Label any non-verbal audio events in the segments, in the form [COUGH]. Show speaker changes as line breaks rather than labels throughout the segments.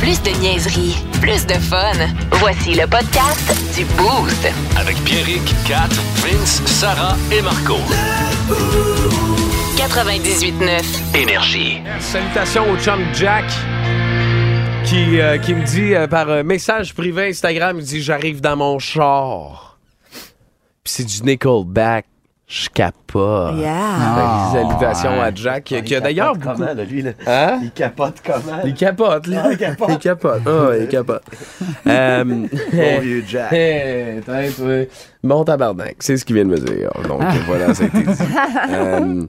Plus de niaiserie, plus de fun. Voici le podcast du Boost.
Avec Pierrick, Kat, Vince, Sarah et Marco.
98.9.
Énergie.
Salutations au chum Jack qui, euh, qui me dit euh, par euh, message privé Instagram, il dit j'arrive dans mon char. Puis c'est du Nickelback. Je capote.
Yeah.
Fait que salutations à Jack qui, qui a d'ailleurs beaucoup...
Comment, là, lui, là?
Hein?
Il capote comment?
Il capote, là.
Ah, il capote.
Il capote. Ah, il capote. Euh,
Mon vieux Jack.
Hey, t'es, toi. Mon tabarnak, c'est ce qu'il vient de me dire. Donc voilà, ça a été dit. Euh,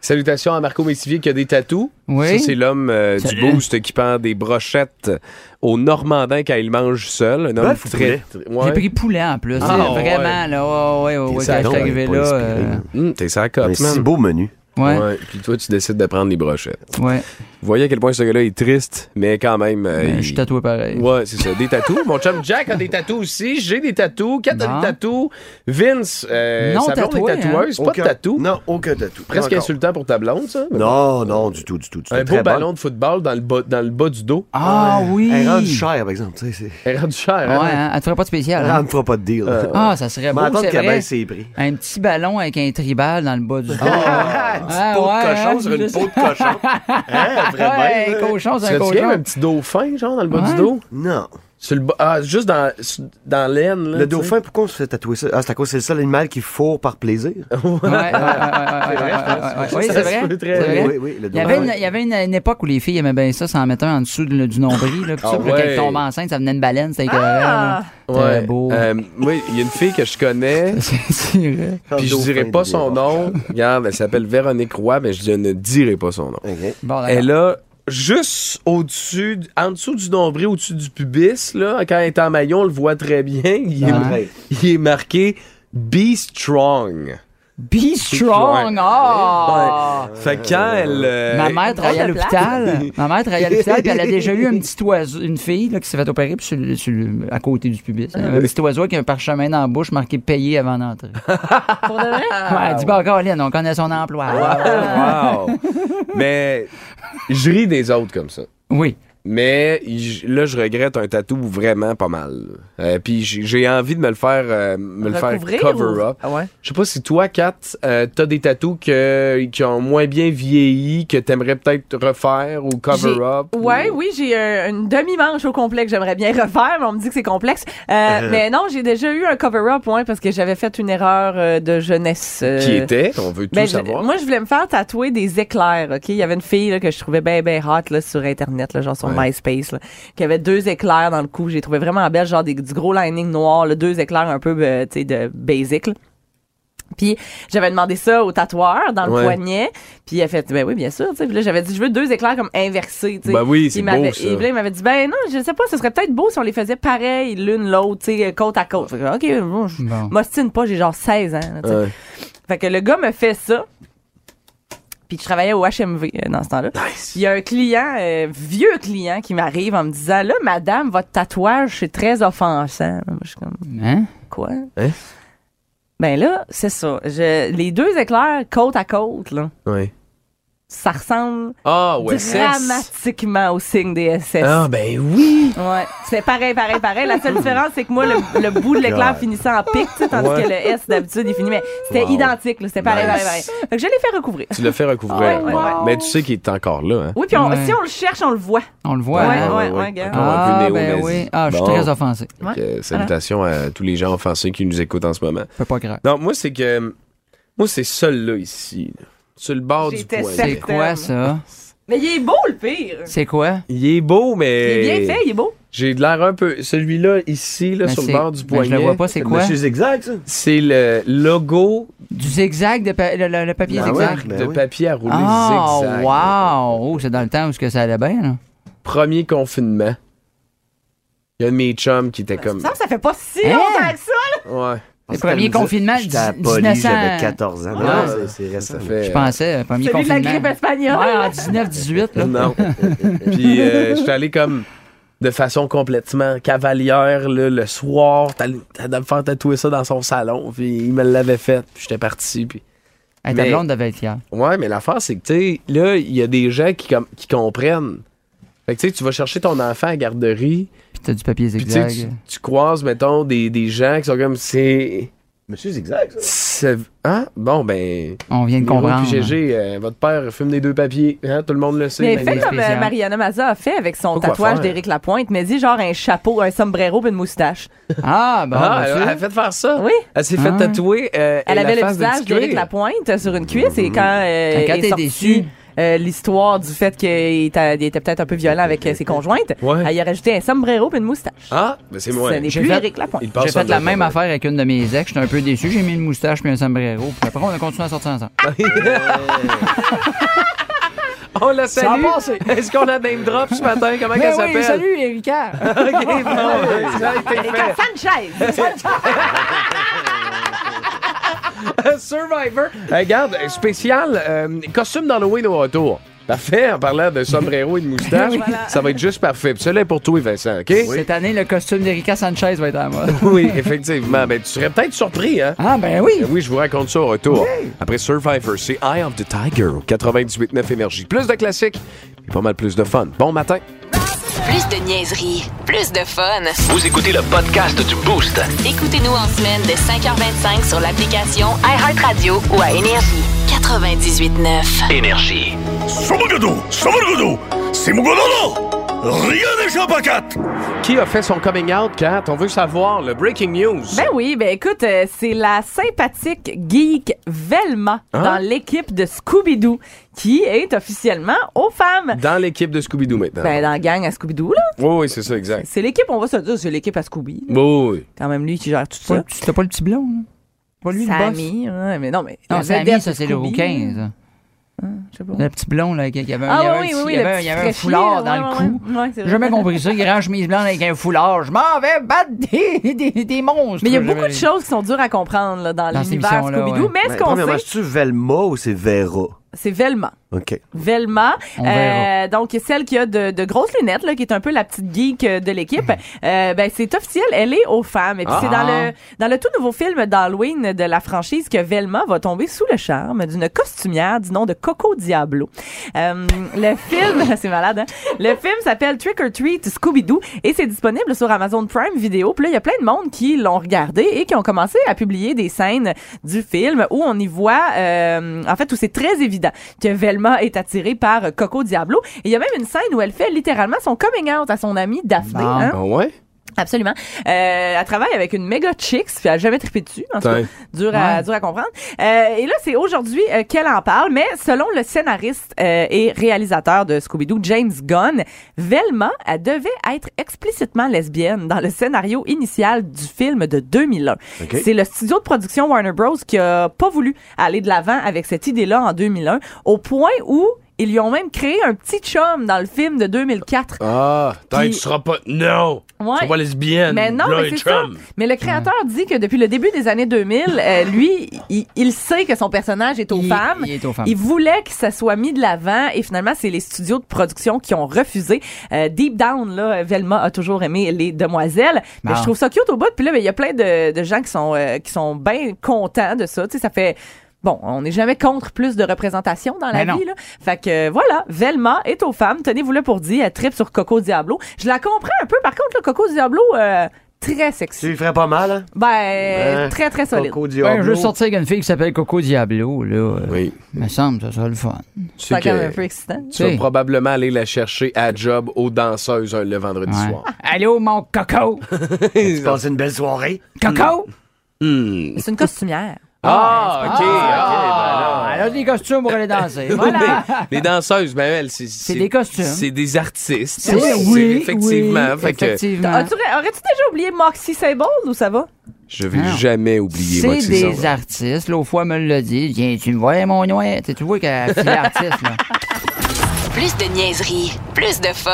salutations à Marco Messivier qui a des tatous.
Oui.
Ça, c'est l'homme euh, du boost qui pend des brochettes aux Normandins quand il mange seul. Un homme
Bœuf ou
très.
poulet?
très- ouais.
J'ai pris poulet en plus.
Ah,
là,
ouais.
Vraiment, là. Ouais, ouais, ouais,
T'es
ouais,
ça,
quand je
non,
suis arrivé
pas
là.
inspiré,
euh,
Hum, T'es sans
Un
cote, man.
si beau menu.
ouais,
Ouais, Puis toi, tu décides de prendre les brochettes.
ouais.
Vous voyez à quel point ce gars-là est triste, mais quand même. euh,
Ben,
il-
Je suis tatoué pareil.
Ouais, c'est ça. Des tatous. Mon chum Jack a des tatous aussi. J'ai des tatous. Kat a
Bon.
des tatous. Vince, euh,
Non
sa blonde
tatoué, hein.
est tatoueuse. Pas
Aucun-
de tatou.
Non, aucun tatou. Pas
Presque
encore.
insultant pour ta blonde, ça.
Non, non, du tout, du tout. du tout.
Un
Très
beau
bon.
ballon de football dans le bas, dans le bas du dos.
Ah oui!
Elle rend du cher, par exemple. tu sais, c'est-
Elle est rendue chère.
Ouais,
hein?
hein, elle te ferait pas de spécial.
Elle
hein?
ne fera pas de deal. [LAUGHS]
Ah, ça serait
Mais
beau,
attendre
c'est
qu'elle
vrai.
baisse ses prix.
Un petit ballon avec un tribal dans le bas du dos. Ah,
Peau de
ouais, hein,
cochon sur une
je sais.
peau de cochon.
[LAUGHS]
Hein,
ah, Ouais,
vraiment?
un cochon, c'est un
Serais-tu game, un
cochon.
petit dauphin, genre, dans le bas
Ouais.
du dos?
Non.
Sur le bas- ah, juste dans, sur- dans l'aine, là.
Le
tu sais.
dauphin, pourquoi on se fait tatouer ça? Ah, c'est à cause que c'est le seul animal qui fourre par plaisir.
Ah,
Ouais, ouais, ouais, ouais,
[LAUGHS]
ouais, ouais, ouais, ouais, ouais. Oui,
Ça
c'est
se
vrai.
peut
c'est
très
vrai.
Oui, oui, le
Il y, avait
dauphin.
une, il y avait une, une époque où les filles aimaient bien ça, s'en mettre un en dessous de- du nombril. Là, pis ça,
Ah
puis quand
ouais.
elles tombaient enceintes, ça venait une baleine, c'était ah!
Ouais.
beau.
Euh, oui, il y a une fille que je
[LAUGHS]
connais,
C'est vrai.
puis je
Dauphin,
dirais pas son
dauphin.
nom. Regarde, elle s'appelle Véronique Roy, mais je ne dirai pas son nom.
OK.
Bon, d'accord.
Elle a juste au-dessus, d- en dessous du nombril, au-dessus du pubis, là, quand elle est en maillot, on le voit très bien. [LAUGHS] Il, est,
Ah.
Hey,
il est marqué Be Strong.
Be strong!
Ouais.
Ah!
Fait que quand elle. euh,
Ma mère travaillait à
drôle de
l'hôpital. [LAUGHS] Ma mère travaillait à l'hôpital, puis elle a déjà eu un petit oiseau, une fille là, qui s'est fait opérer puis sur le- sur le- à côté du pubis. Elle avait Un petit oiseau qui a un parchemin dans la bouche marqué payé avant d'entrer.
Pour de
[LAUGHS]
vrai?
[LAUGHS] Ouais, elle dit bah Caroline, on connaît son emploi.
euh, Wow! Mais je ris des autres comme ça.
Oui.
Mais j- là, je regrette un tatou vraiment pas mal. Euh, Puis j'ai j'ai envie de me le faire, euh, me le faire
Recouvrir
cover
ou-
up.
Ah ouais?
Je sais pas si toi, Kat, euh, t'as des tatous que, qui ont moins bien vieilli, que t'aimerais peut-être refaire ou cover
J'ai-
up.
Ouais,
ou-
oui, j'ai euh, une demi-manche au complet que j'aimerais bien [LAUGHS] refaire, mais on me dit que c'est complexe. Euh,
[LAUGHS]
mais non, j'ai déjà eu un cover-up, ouais, parce que j'avais fait une erreur euh, de jeunesse. euh,
Qui était? On veut tout
ben, je-
savoir.
moi, je voulais me faire tatouer des éclairs, OK? Il y avait une fille là, que je trouvais bien, bien hot là, sur Internet, là, genre sur
Ouais.
MySpace, là, qui avait deux éclairs dans le cou. J'ai trouvé vraiment belle, genre des, du gros lining noir, là, deux éclairs un peu, euh, tu sais, de basic, là. Puis j'avais demandé ça au tatoueur dans le
Ouais.
poignet, puis il a fait ben oui bien sûr, tu sais. Puis là j'avais dit je veux deux éclairs comme inversés, tu sais.
Ben oui,
Puis
c'est
il m'avait-
beau, ça.
et puis là, il m'avait dit ben non, je sais pas, ce serait peut-être beau si on les faisait pareil l'une l'autre, tu sais, côte à côte. Fait que, OK, bon, je
Bon.
m'ostine pas, j'ai genre 16 ans, là, tu sais.
Ouais.
Fait que le gars me fait ça. Puis je travaillais au HMV euh, dans ce temps-là.
Ah.
Il y a un client, euh, vieux client, qui m'arrive en me disant Là, madame, votre tatouage, c'est très offensant. Moi, je suis comme
Hein?
Quoi
Hein?
Ben là, c'est ça. Je- les deux éclairs, côte à côte, là,
Ouais.
ça ressemble
Ah, ouais, sexe.
dramatiquement au signe des SS.
Ah, ben oui!
Ouais. C'est pareil, pareil, pareil. La seule différence, c'est que moi, le, le bout de l'éclair
God.
finissait en pic, tu sais, tandis
Ouais.
que le S, d'habitude, il finit. Mais c'était
Wow.
identique, là. C'était pareil,
Nice.
pareil, pareil. Fait que je l'ai fait recouvrir.
Tu l'as fait recouvrir.
Ah, ouais, ouais.
Mais tu sais qu'il est encore là. Hein? Ah,
Oui, puis on-
Ouais.
si on le cherche, on le voit.
On le voit.
Ouais,
hein?
ouais, ouais, gars.
Encore un peu
Ah, ben
néo-nazi.
oui. Ah, je suis
Bon.
très offensé. Je
Fait que, salutations à tous les gens offensés qui nous écoutent en ce moment.
peux pas croire.
Non, moi, c'est que. Moi, c'est celui-là ici. là. Sur le bord du
J'étais
poignet.
certaine.
C'est quoi ça?
Mais il est beau, le pire.
C'est quoi?
Il est beau,
Il
mais.
est bien fait, il est beau.
J'ai de l'air un peu. Celui-là, ici, là,
Ben,
sur le
c'est-
bord du
ben,
poignet.
je le vois pas, c'est quoi?
Mais c'est exact, ça.
C'est le logo
Du zigzag, de pa- le, le- le papier
Ben
zigzag.
ouais.
de
oui.
papier à rouler
Ah,
zigzag.
wow! Oh, c'est dans le temps où est-ce que ça allait bien, là.
Premier confinement. Il y a un de mes chums qui était comme.
Ben, Ça, ça fait pas si
Hein?
longtemps que ça.
Ouais.
Le premier confinement,
J'étais à la
1900.
Poly, j'avais 14 ans. Non,
Ah.
c'est- c'est récent.
Ça fait.
Je pensais, euh, premier
Celui de la
confinement.
grippe espagnole.
Ouais, en [LAUGHS] 19-18, là.
[LAUGHS] Non. Puis euh, j'étais allé comme de façon complètement cavalière là, le soir. T'allais t'allais me faire tatouer ça dans son salon. Puis il me l'avait fait. Puis j'étais parti. Puis.
Hey, ta
Mais-
blonde devait être fière.
Ouais, mais l'affaire, c'est que, tu sais, là, il y a des gens qui, com- qui comprennent. Fait Fait que tu sais, tu vas chercher ton enfant à la garderie,
Puis t'as du papier
puis tu sais,
zigzag.
tu, tu croises, mettons, des, des gens qui sont comme, c'est...
Monsieur Zigzag, ça.
c'est- Hein? Bon, ben...
On vient de
Miro
comprendre.
puis GG, euh, votre père fume des deux papiers, hein, tout le monde le sait.
Mais
mais-
fait comme euh,
spécial.
Mariana Maza a fait avec son
Faut quoi
tatouage
faire.
d'Éric Lapointe, mais dit genre un chapeau, un sombrero puis une moustache.
Ah, bon.
Ah,
ben,
elle,
ça.
elle a fait faire ça.
Oui.
Elle s'est
Ah.
fait tatouer. euh,
Elle
la
avait le
face de
visage
Ticoué.
d'Éric Lapointe sur une cuisse et quand, euh,
Et quand
est
t'es
sorti,
déçu.
euh, l'histoire du fait qu'il était, il était peut-être un peu violent avec euh, ses conjointes,
Ouais.
elle y a rajouté un sombrero puis une moustache.
Ah, ben c'est moi.
Ce n'est
J'ai
plus
fait-
Éric Lapointe.
Il passe
J'ai fait
en
la
dedans.
même affaire avec une de mes ex. J'étais un peu déçu. J'ai mis une moustache puis un sombrero. Puis après, on a continué à sortir ensemble.
On la
a
salue.
passé.
Est-ce qu'on a name drop ce matin? Comment
Ben
qu'elle s'appelle?
[LAUGHS] Erika.
OK, bon, ça a été fait.
Sanchez!
Survivor. Euh, Regarde, euh, spécial, euh, costume d'Halloween au retour. Parfait, en parlant de sombrero et de moustache, ça va être juste parfait. Puis cela est pour toi, Vincent, OK?
Cette année, le costume d'Erika Sanchez va être à moi.
Oui, effectivement. Ben, tu serais peut-être surpris, hein?
Ah, ben oui.
Ben oui, je vous raconte ça au retour. Après Survivor, c'est Eye of the Tiger, 98.9 Énergie. Plus de classiques et pas mal plus de fun. Bon matin.
Plus de niaiserie, plus de fun.
Vous écoutez le podcast du Boost.
Écoutez-nous en semaine de 5h25 sur l'application iHeartRadio ou à Énergie. 98.9.
Énergie.
Qui a fait son coming out, Kat? On veut savoir le breaking news.
Ben oui, ben écoute, euh, c'est la sympathique geek Velma
Hein?
dans l'équipe de Scooby-Doo qui est officiellement aux femmes.
Ben
Dans l'équipe de Scooby-Doo maintenant.
Ben, dans la gang à Scooby-Doo, là.
oui, oui, c'est ça, exact.
C'est l'équipe, on va se le dire, c'est l'équipe à Scooby.
Oui, oui.
Quand même, lui qui gère tout
Pas le
ça.
petit- T'as pas le petit blond, là? Pas lui, le boss?
Sammy, ouais, mais non, mais.
Non,
la vedette
Sammy, ça,
de
c'est le
Scooby,
rouquin, ça.
je sais pas.
Le petit blond, là, qui qui avait un, il y
Ah
avait
oui,
un-
oui, oui,
il y
le
avait un- il
petit
y avait un
fraîchier, là,
foulard dans
ouais,
le cou.
ouais, ouais, c'est
J'ai
vrai.
jamais compris ça, grand chemise blanche avec un foulard. Je m'en vais battre des, des, des monstres.
Mais il y a
J'avais-
beaucoup de choses qui sont dures à comprendre là, dans,
Dans cette
l'univers
émission-là,
Scooby-Doo.
ouais.
Mais ce
Ben,
qu'on
premièrement,
sait,
c'est-tu Velma ou c'est Vera?
c'est Velma.
OK.
Velma,
On
euh,
verra.
donc celle qui a de, de grosses lunettes, là, qui est un peu la petite geek euh, de l'équipe,
Mm-hmm.
euh, ben c'est officiel, elle est aux femmes. Et puis
Ah.
c'est dans le Euh, dans le tout nouveau film d'Halloween de la franchise que Velma va tomber sous le charme d'une costumière du nom de Coco Diablo. Euh, le film, [LAUGHS] c'est malade. Hein? Le film s'appelle Trick or Treat Scooby Doo et c'est disponible sur Amazon Prime Video. Puis là, il y a plein de monde qui l'ont regardé et qui ont commencé à publier des scènes du film où on y voit, euh, en fait, où c'est très évident que Velma est attirée par Coco Diablo. Et il y a même une scène où elle fait littéralement son coming out à son amie Daphné.
Bon.
hein.
Ah ouais?
Absolument. Euh, elle travaille avec une méga chicks, puis elle a jamais trippé dessus. En tout cas,
Tain.
dur à,
Ouais.
dur à comprendre. Euh, et là, c'est aujourd'hui euh, qu'elle en parle, mais selon le scénariste euh, et réalisateur de Scooby-Doo, James Gunn, Velma, elle devait être explicitement lesbienne dans le scénario initial du film de 2001.
OK.
C'est le studio de production Warner Bros. qui a pas voulu aller de l'avant avec cette idée-là en 2001, au point où ils lui ont même créé un petit chum dans le film de 2004.
Ah, t'as,
Puis-
tu seras pas. Non!
Ouais.
Tu vas lesbienne.
Mais non,
Là, les
mais c'est ça.
chums.
Mais le créateur dit que depuis le début des années 2000, euh, lui, il, il sait que son personnage est aux
Il-
femmes.
il est aux femmes.
Il voulait que ça soit mis de l'avant et finalement, c'est les studios de production qui ont refusé. Euh, deep down, là, Velma a toujours aimé les demoiselles. Mais
Bon.
je trouve ça cute au bout. Puis là, ben, il y a plein de, de gens qui sont, euh, qui sont bien contents de ça. Tu sais, ça fait... Bon, on n'est jamais contre plus de représentation dans la
Mais non.
vie, là. Fait que euh, voilà, Velma est aux femmes. Tenez-vous le pour dire, elle tripe sur Coco Diablo. Je la comprends un peu, par contre, le Coco Diablo, euh, très
Tu
sexy.
lui ferais pas mal, hein?
Ben,
Hein?
très, très solide.
Coco
Ben,
Diablo.
je veux sortir avec une fille qui s'appelle Coco Diablo, là. euh,
Oui.
Me semble, ça serait le fun.
Tu
C'est
sais
quand même un peu
que
excitant.
tu vas
Hey.
probablement aller la chercher à job aux danseuses euh, le vendredi
Ouais.
soir.
Allô, mon coco!
[LAUGHS]
Tu passes une belle soirée.
Coco!
C'est une costumière.
Ah, ok.
Ah, elle a des costumes pour aller danser. Voilà!
Mais les danseuses, ben elles, c'est, c'est-
des costumes.
C'est des artistes.
Oui,
C'est-
oui,
effectivement.
oui,
Fait que
effectivement.
As-tu- Aurais-tu déjà oublié Moxie Sable ou ça va?
je vais
Non.
jamais oublier moi,
C'est
que c'est
des
ça.
artistes. L'autre fois, elle me l'a dit. Viens, tu me vois, mon noir. Tu sais, tu vois qu'elle c'est
[LAUGHS]
l'artiste, là.
Plus de niaiserie, plus de fun.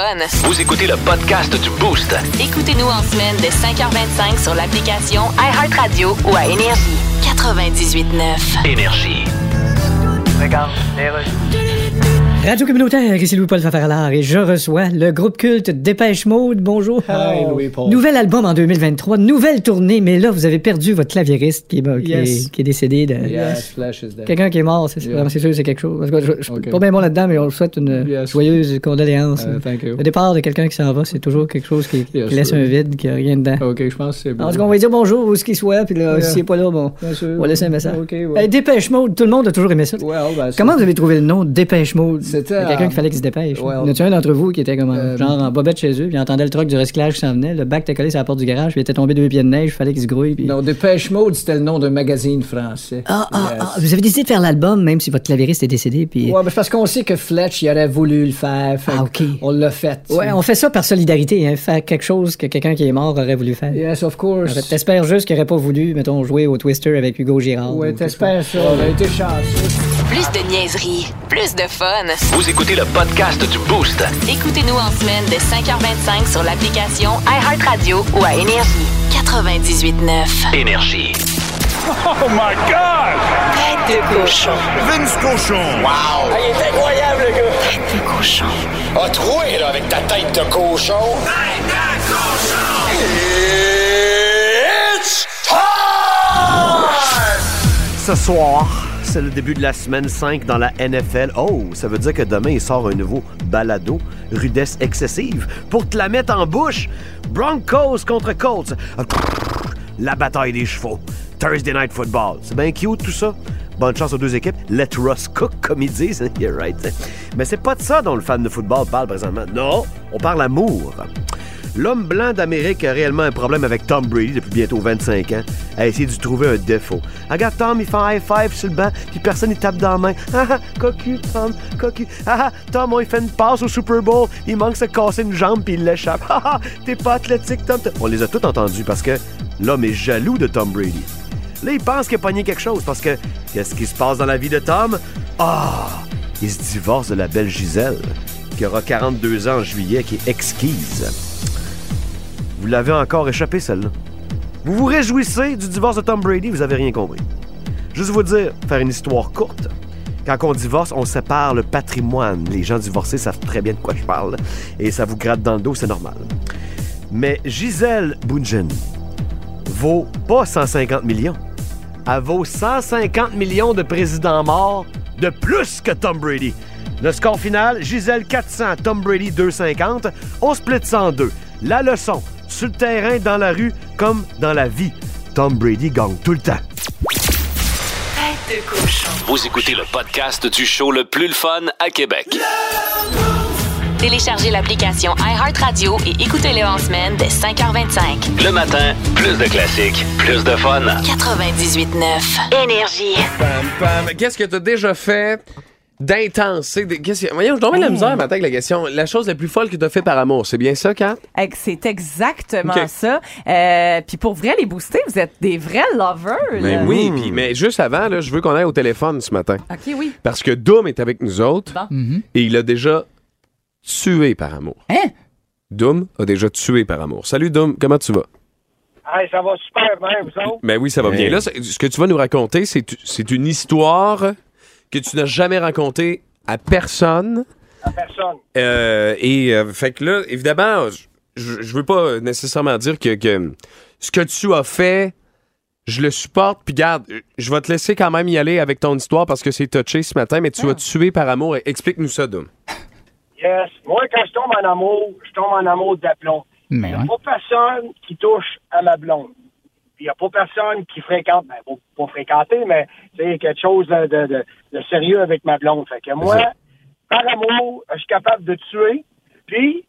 Vous écoutez le podcast du Boost.
Écoutez-nous en semaine de 5h25 sur l'application iHeartRadio ou à Énergie. 98.9.
Énergie.
Radio Communautaire, ici Louis-Paul Fafaralard et je reçois le groupe culte Dépêche Mode. Bonjour. Oh.
Hi, Louis-Paul.
Nouvel album en 2023, nouvelle tournée, mais là, vous avez perdu votre claviériste qui est, mort, qui
Yes.
est, qui est décédé. De...
Yes, Flash is dead.
Quelqu'un qui est mort, c'est
Yeah.
c'est sûr, c'est quelque chose. En tout cas, je, je suis
Ok.
pas bien bon là-dedans, mais on le souhaite une
Yes.
joyeuse condoléance.
Euh, thank you.
Le départ de quelqu'un qui s'en va, c'est toujours quelque chose qui, qui
Yes,
laisse
sir.
un vide, qui a rien dedans.
OK, je pense que c'est bon.
En tout cas, on va lui dire bonjour où ce qu'il soit, puis là,
Yeah.
s'il n'est pas là, bon,
Bien sûr.
on va laisser un message.
Euh, OK, ouais.
Hey, Euh, dépêche Mode, tout le monde a toujours aimé ça.
Well, ben, c'est-
Comment vous avez trouvé le nom Dépêche Mode?
C'était,
Il y a quelqu'un
euh,
qui fallait qu'il se dépêche.
ouais,
y en a-tu un d'entre vous qui était comme euh,
Euh,
genre en bobette chez eux, puis il entendait le truc du recyclage qui s'en venait, le bac était collé sur la porte du garage, puis il était tombé deux pieds de neige, il fallait qu'il se grouille. Puis...
Non, Dépêche Mode, c'était le nom d'un magazine français.
Ah, ah,
Yes.
ah, vous avez décidé de faire l'album, même si votre clavieriste est décédé, puis...
Ouais, mais c'est parce qu'on sait que Fletch, il aurait voulu le faire. fait
Ah, OK.
On l'a fait. tu
Ouais, on fait ça par solidarité, hein, faire quelque chose que quelqu'un qui est mort aurait voulu faire.
sais. Yes, of course.
En fait, T'espères juste qu'il aurait pas voulu, mettons, jouer au Twister avec Hugo Girard.
Ouais,
ou quelque
t'espères ça. On a été chanceux.
Plus de niaiserie, plus de fun.
Vous écoutez le podcast du Boost.
Écoutez-nous en semaine de 5h25 sur l'application iHeartRadio ou à Énergie. 98.9.
Énergie.
Oh
Tête de cochon.
Vince Cochon.
Ah, il est incroyable, le gars! Tête de cochon. Ah, troué, là, avec ta tête de cochon. Tête de cochon! It's time!
Ce soir, c'est le début de la semaine 5 dans la NFL. Oh, ça veut dire que demain, il sort un nouveau balado, rudesse excessive, pour te la mettre en bouche. Broncos contre Colts. La bataille des chevaux. Thursday Night Football. C'est bien cute tout ça. Bonne chance aux deux équipes. Let Russ cook, comme ils disent. [LAUGHS] You're right. Mais c'est pas de ça dont le fan de football parle présentement. Non, on parle amour. L'homme blanc d'Amérique a réellement un problème avec Tom Brady depuis bientôt 25 ans, a essayé de lui trouver un défaut. Regarde Tom, il fait un high five sur le banc, puis personne il tape dans la main. [LAUGHS] Ah ah, cocu, Tom, cocu. Ah ah, Tom, on lui fait une passe au Super Bowl, il manque de se casser une jambe puis il l'échappe. [LAUGHS] Ah ah, t'es pas athlétique, Tom. T'es- On les a tous entendus parce que l'homme est jaloux de Tom Brady. Là, il pense qu'il a pogné quelque chose parce que qu'est-ce qui se passe dans la vie de Tom? Ah, il se divorce de la belle Gisèle, qui aura 42 ans en juillet, qui est exquise. Vous l'avez encore échappé, celle-là. Vous vous réjouissez du divorce de Tom Brady, vous avez rien compris. Juste vous dire, faire une histoire courte. Quand on divorce, on sépare le patrimoine. Les gens divorcés savent très bien de quoi je parle. Et ça vous gratte dans le dos, c'est normal. Mais Gisèle Bunchen vaut pas 150 millions. Elle vaut 150 millions de présidents morts de plus que Tom Brady. Le score final, Gisèle 400, Tom Brady 250. On split 102. La leçon, sur le terrain, dans la rue, comme dans la vie. Tom Brady gagne tout le temps.
Vous écoutez le podcast du show le plus le fun à Québec.
Téléchargez l'application iHeartRadio et écoutez-le en semaine dès 5h25.
Le matin, plus de classiques, plus de fun.
98.9. Énergie.
Pam, pam. Ah, Qu'est-ce que tu as déjà fait d'intense? C'est des- Qu'est-ce que... Voyons, je dormais de
Oh.
la misère matin avec la question. La chose la plus folle que tu as fait par amour, c'est bien ça, Kat?
Hey, C'est exactement
Ok.
ça. Euh, Puis pour vrai, les boostés, vous êtes des vrais lovers. là.
Ben
Mm.
oui, puis- mais juste avant, là, je veux qu'on aille au téléphone ce matin.
OK, oui.
Parce que Doom est avec nous autres
Bon.
Mhm.
et il a déjà tué par amour.
Hein?
Doom a déjà tué par amour. Salut Doom, comment tu vas?
Hey, ça va super bien, vous autres?
Ben oui, ça va bien. Là, c'est- ce que tu vas nous raconter, c'est c'est une histoire que tu n'as jamais racontée à personne.
Personne.
Euh, et euh, fait que là, évidemment, je- je je veux pas nécessairement dire que, que ce que tu as fait, je le supporte. Puis garde, je vais te laisser quand même y aller avec ton histoire parce que c'est touché ce matin, mais tu as tué par amour. Explique-nous ça, Doom.
Yes. Moi, quand je tombe en amour, je tombe en amour d'aplomb.
Mais
Il n'y a pas personne qui touche à ma blonde. Il n'y a pas personne qui fréquente, ben, pas, pas fréquenter, mais tu sais, quelque chose de, de- de- de sérieux avec ma blonde. Fait que moi, par amour, je suis capable de tuer. Puis,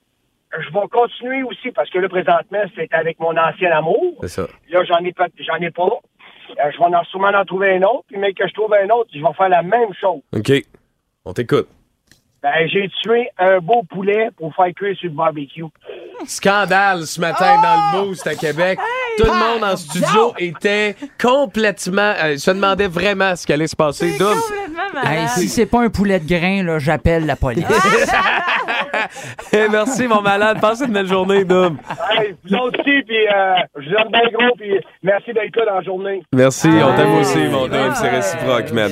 je vais continuer aussi, parce que là, présentement, c'est avec mon ancien amour.
C'est ça.
Là, j'en ai pas. J'en ai pas. Euh, je vais en, sûrement en trouver un autre. Puis, mais que je trouve un autre, je vais faire la même chose.
OK. On t'écoute.
Ben, j'ai tué un beau poulet pour faire cuire sur le barbecue.
Scandale ce matin
Oh!
dans le boost à Québec. Tout le monde en studio était complètement. euh, se demandait vraiment ce qui allait se passer. Doom,
Complètement
Hey,
malade. Ah.
si c'est pas un poulet de grain, là, j'appelle la police.
Eh, Merci, mon malade. Passe une belle journée, Dom.
Hey,
[LAUGHS]
vous autres aussi, puis euh, je vous aime bien gros, puis merci d'être là dans la journée.
Merci, on t'aime aussi, mon Dom. C'est réciproque, man.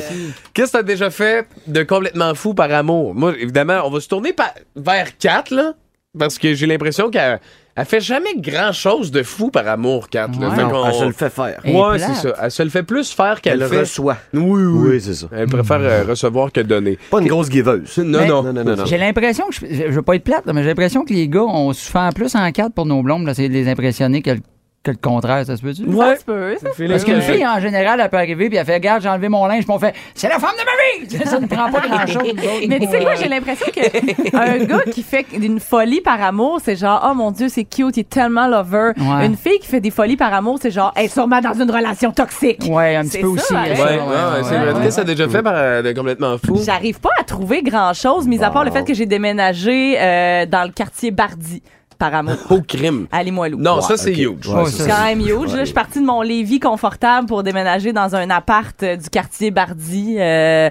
Qu'est-ce que t'as déjà fait de complètement fou par amour? Moi, évidemment, on va se tourner par- vers 4, là, parce que j'ai l'impression qu'elle elle fait jamais grand-chose de fou par amour, 4. Là.
Ouais.
Fait
Non,
qu'on-
Elle se le fait faire.
Elle est
Ouais, c'est
plate.
ça. Elle se le fait plus faire qu'elle
Elle
fait.
reçoit.
Oui, oui.
Oui, c'est ça.
Elle préfère euh, recevoir que donner.
Pas une grosse giveuse.
Non,
Mais-
non.
Non, non, non, non.
J'ai l'impression que je, je veux pas être plate, là, mais j'ai l'impression que les gars, on se fait en plus en quatre pour nos blondes, là, essayer de les impressionner que, le- que le contraire, ça se peut-tu?
Ça se peut, ça.
Parce qu'une fille, en général, elle peut arriver puis elle fait Regarde, j'ai enlevé mon linge, puis on fait C'est la femme de ma vie! [LAUGHS] Ça ne prend pas grand-chose. nous
Ben
autres.
Mais tu sais quoi, j'ai l'impression que un gars qui fait une folie par amour, c'est genre oh mon dieu, c'est cute, il est tellement lover.
Ouais.
Une fille qui fait des folies par amour, c'est genre elle est sûrement dans une relation toxique.
Ouais, un petit
C'est
peu aussi.
ça,
euh,
hein?
Ouais, ouais, ouais, c'est vrai.
ouais.
Qu'est-ce que t'as déjà fait par euh, de complètement fou?
J'arrive pas à trouver grand-chose, mis à part le fait que j'ai déménagé euh, dans le quartier Bardi par amour.
Au crime.
Allez moi loup.
Oh. Non, ça, c'est
ok.
huge.
Ouais,
ça,
ça,
C'est quand même huge. là. Je suis partie de mon Lévis confortable pour déménager dans un appart euh, du quartier Bardi, euh,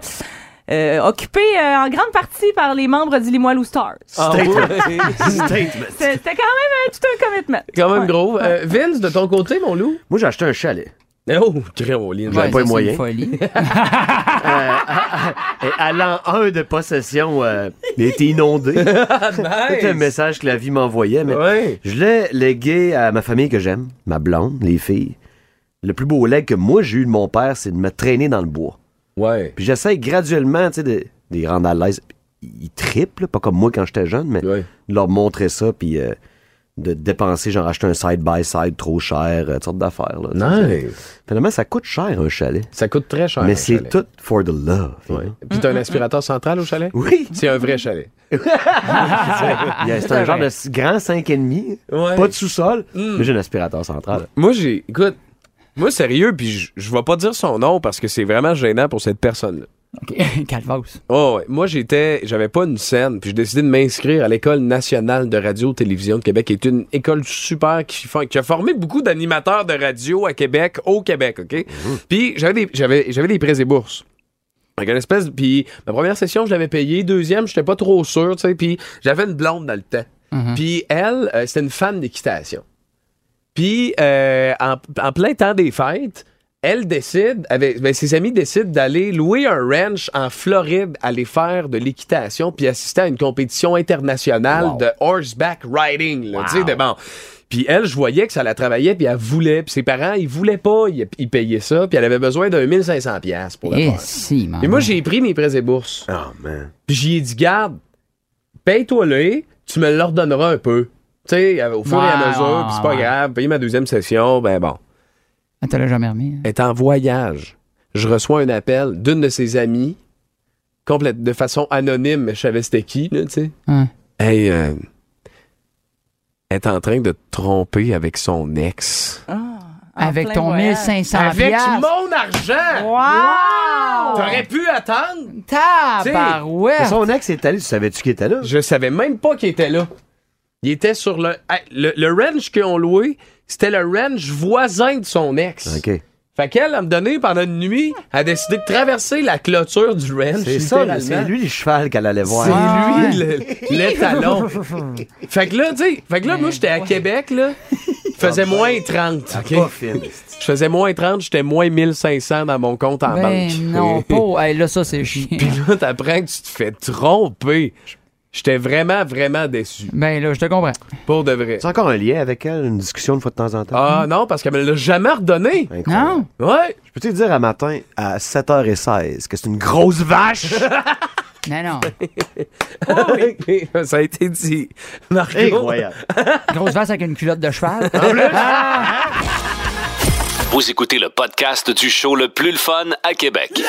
euh, occupé euh, en grande partie par les membres du Limoilou Stars.
Ah, ouais.
Statement.
C'est- C'était quand même euh, tout un commitment.
[LAUGHS] Quand même gros. Euh, Vince, de ton côté, mon loup?
Moi, j'ai acheté un chalet.
Eh Oh, crème au lit.
J'avais
Ouais,
pas
ça,
les moyens.
C'est une [LAUGHS] folie.
Et à l'an 1 de possession, euh, il a été inondé. C'était un message que la vie m'envoyait, mais
Ouais.
je l'ai légué à ma famille que j'aime, ma blonde, les filles. Le plus beau leg que moi j'ai eu de mon père, c'est de me traîner dans le bois.
Ouais.
Puis j'essaie graduellement, tu sais, de, de les rendre à l'aise. Ils trippent, là, pas comme moi quand j'étais jeune, mais
Ouais.
de leur montrer ça, puis euh, de dépenser, genre acheter un side-by-side trop cher, euh, toutes sortes d'affaires. là, tu sais.
Nice.
Finalement, ça coûte cher un chalet.
Ça coûte très cher. un
mais c'est
chalet.
tout for the love. you know.
Puis t'as un aspirateur central au chalet?
Oui!
C'est un vrai chalet.
Il y a- [LAUGHS] C'est un genre de s- grand 5,5,
Ouais.
pas de sous-sol, mais j'ai un aspirateur central.
Moi, j'ai. Écoute, moi, sérieux, puis je- je vais pas dire son nom parce que c'est vraiment gênant pour cette personne-là.
OK. Calvados.
Oh, ouais. Moi, j'étais. J'avais pas une scène, puis j'ai décidé de m'inscrire à l'École nationale de radio-télévision de Québec, qui est une école super qui, fa- qui a formé beaucoup d'animateurs de radio à Québec, au Québec, OK? Puis j'avais des, j'avais, j'avais des prêts et bourses. Fait qu'une espèce. Puis ma première session, je l'avais payée. Deuxième, j'étais pas trop sûr, tu sais. Puis j'avais une blonde dans le temps. Puis elle, euh, c'était une fan d'équitation. Puis, euh, en, en plein temps des fêtes, elle décide, avec, ben, ses amis décident d'aller louer un ranch en Floride, aller faire de l'équitation, puis assister à une compétition internationale de horseback riding. là, tu sais, de bon. Puis elle, je voyais que ça la travaillait, puis elle voulait, puis ses parents, ils voulaient pas, ils, ils payaient ça, puis elle avait besoin d'un 1500$ piastres pour le
Eh,
faire.
si, man.
Et moi, j'ai pris mes prêts et bourses.
Oh man.
Puis j'y ai dit, garde, paye-toi-le, tu me l'ordonneras un peu. Tu sais, euh, au fur et à
Ouais,
mesure,
ouais,
puis c'est pas
ouais.
grave, payer ma deuxième session, ben bon.
Ah, t'as l'as jamais remis. hein?
Elle est en voyage. Je reçois un appel d'une de ses amies, complète, de façon anonyme, mais je savais c'était qui, là, tu sais.
Ouais.
Hey, euh, elle est en train de te tromper avec son ex.
Avec
plein
ton
voyage.
1500
avec
piastres.
mon argent!
Wow!
T'aurais pu attendre!
Mais
Ben, Tabarouette!
Son ex est allé, tu savais-tu qu'il était là?
Je savais même pas qu'il était là. Il était sur le. Hey, Le, le ranch qu'ils ont loué, c'était le ranch voisin de son ex.
OK.
Fait qu'elle, à me donner pendant une nuit, a décidé de traverser la clôture du ranch.
C'est ça, là,
littéralement.
c'est lui le cheval qu'elle allait
C'est
voir. Ah,
Ouais.
lui le-
Ah. [LAUGHS]
l'étalon. fait que là, tu sais, fait que là, moi, j'étais à Québec, là. Il faisait moins 30. OK?
Pas fine.
Je faisais moins 30, j'étais moins 1500 dans mon compte en
Ben
banque. [LAUGHS]
non, pas. Hey, là, ça, c'est chiant.
Puis là, t'apprends que tu te fais tromper. J'étais vraiment, vraiment déçu.
Ben là, je te comprends.
Pour de vrai.
C'est encore un lien avec elle, une discussion une fois de temps en temps.
Ah non, parce qu'elle me l'a jamais redonné.
Incroyable.
Non?
Ouais.
Je peux te dire à matin à 7h16 que c'est une grosse vache?
Non, non.
[LAUGHS]
ça a été dit. Marco.
Incroyable.
[LAUGHS] Grosse veste avec une culotte de cheval.
Vous écoutez le podcast du show le plus le fun à Québec.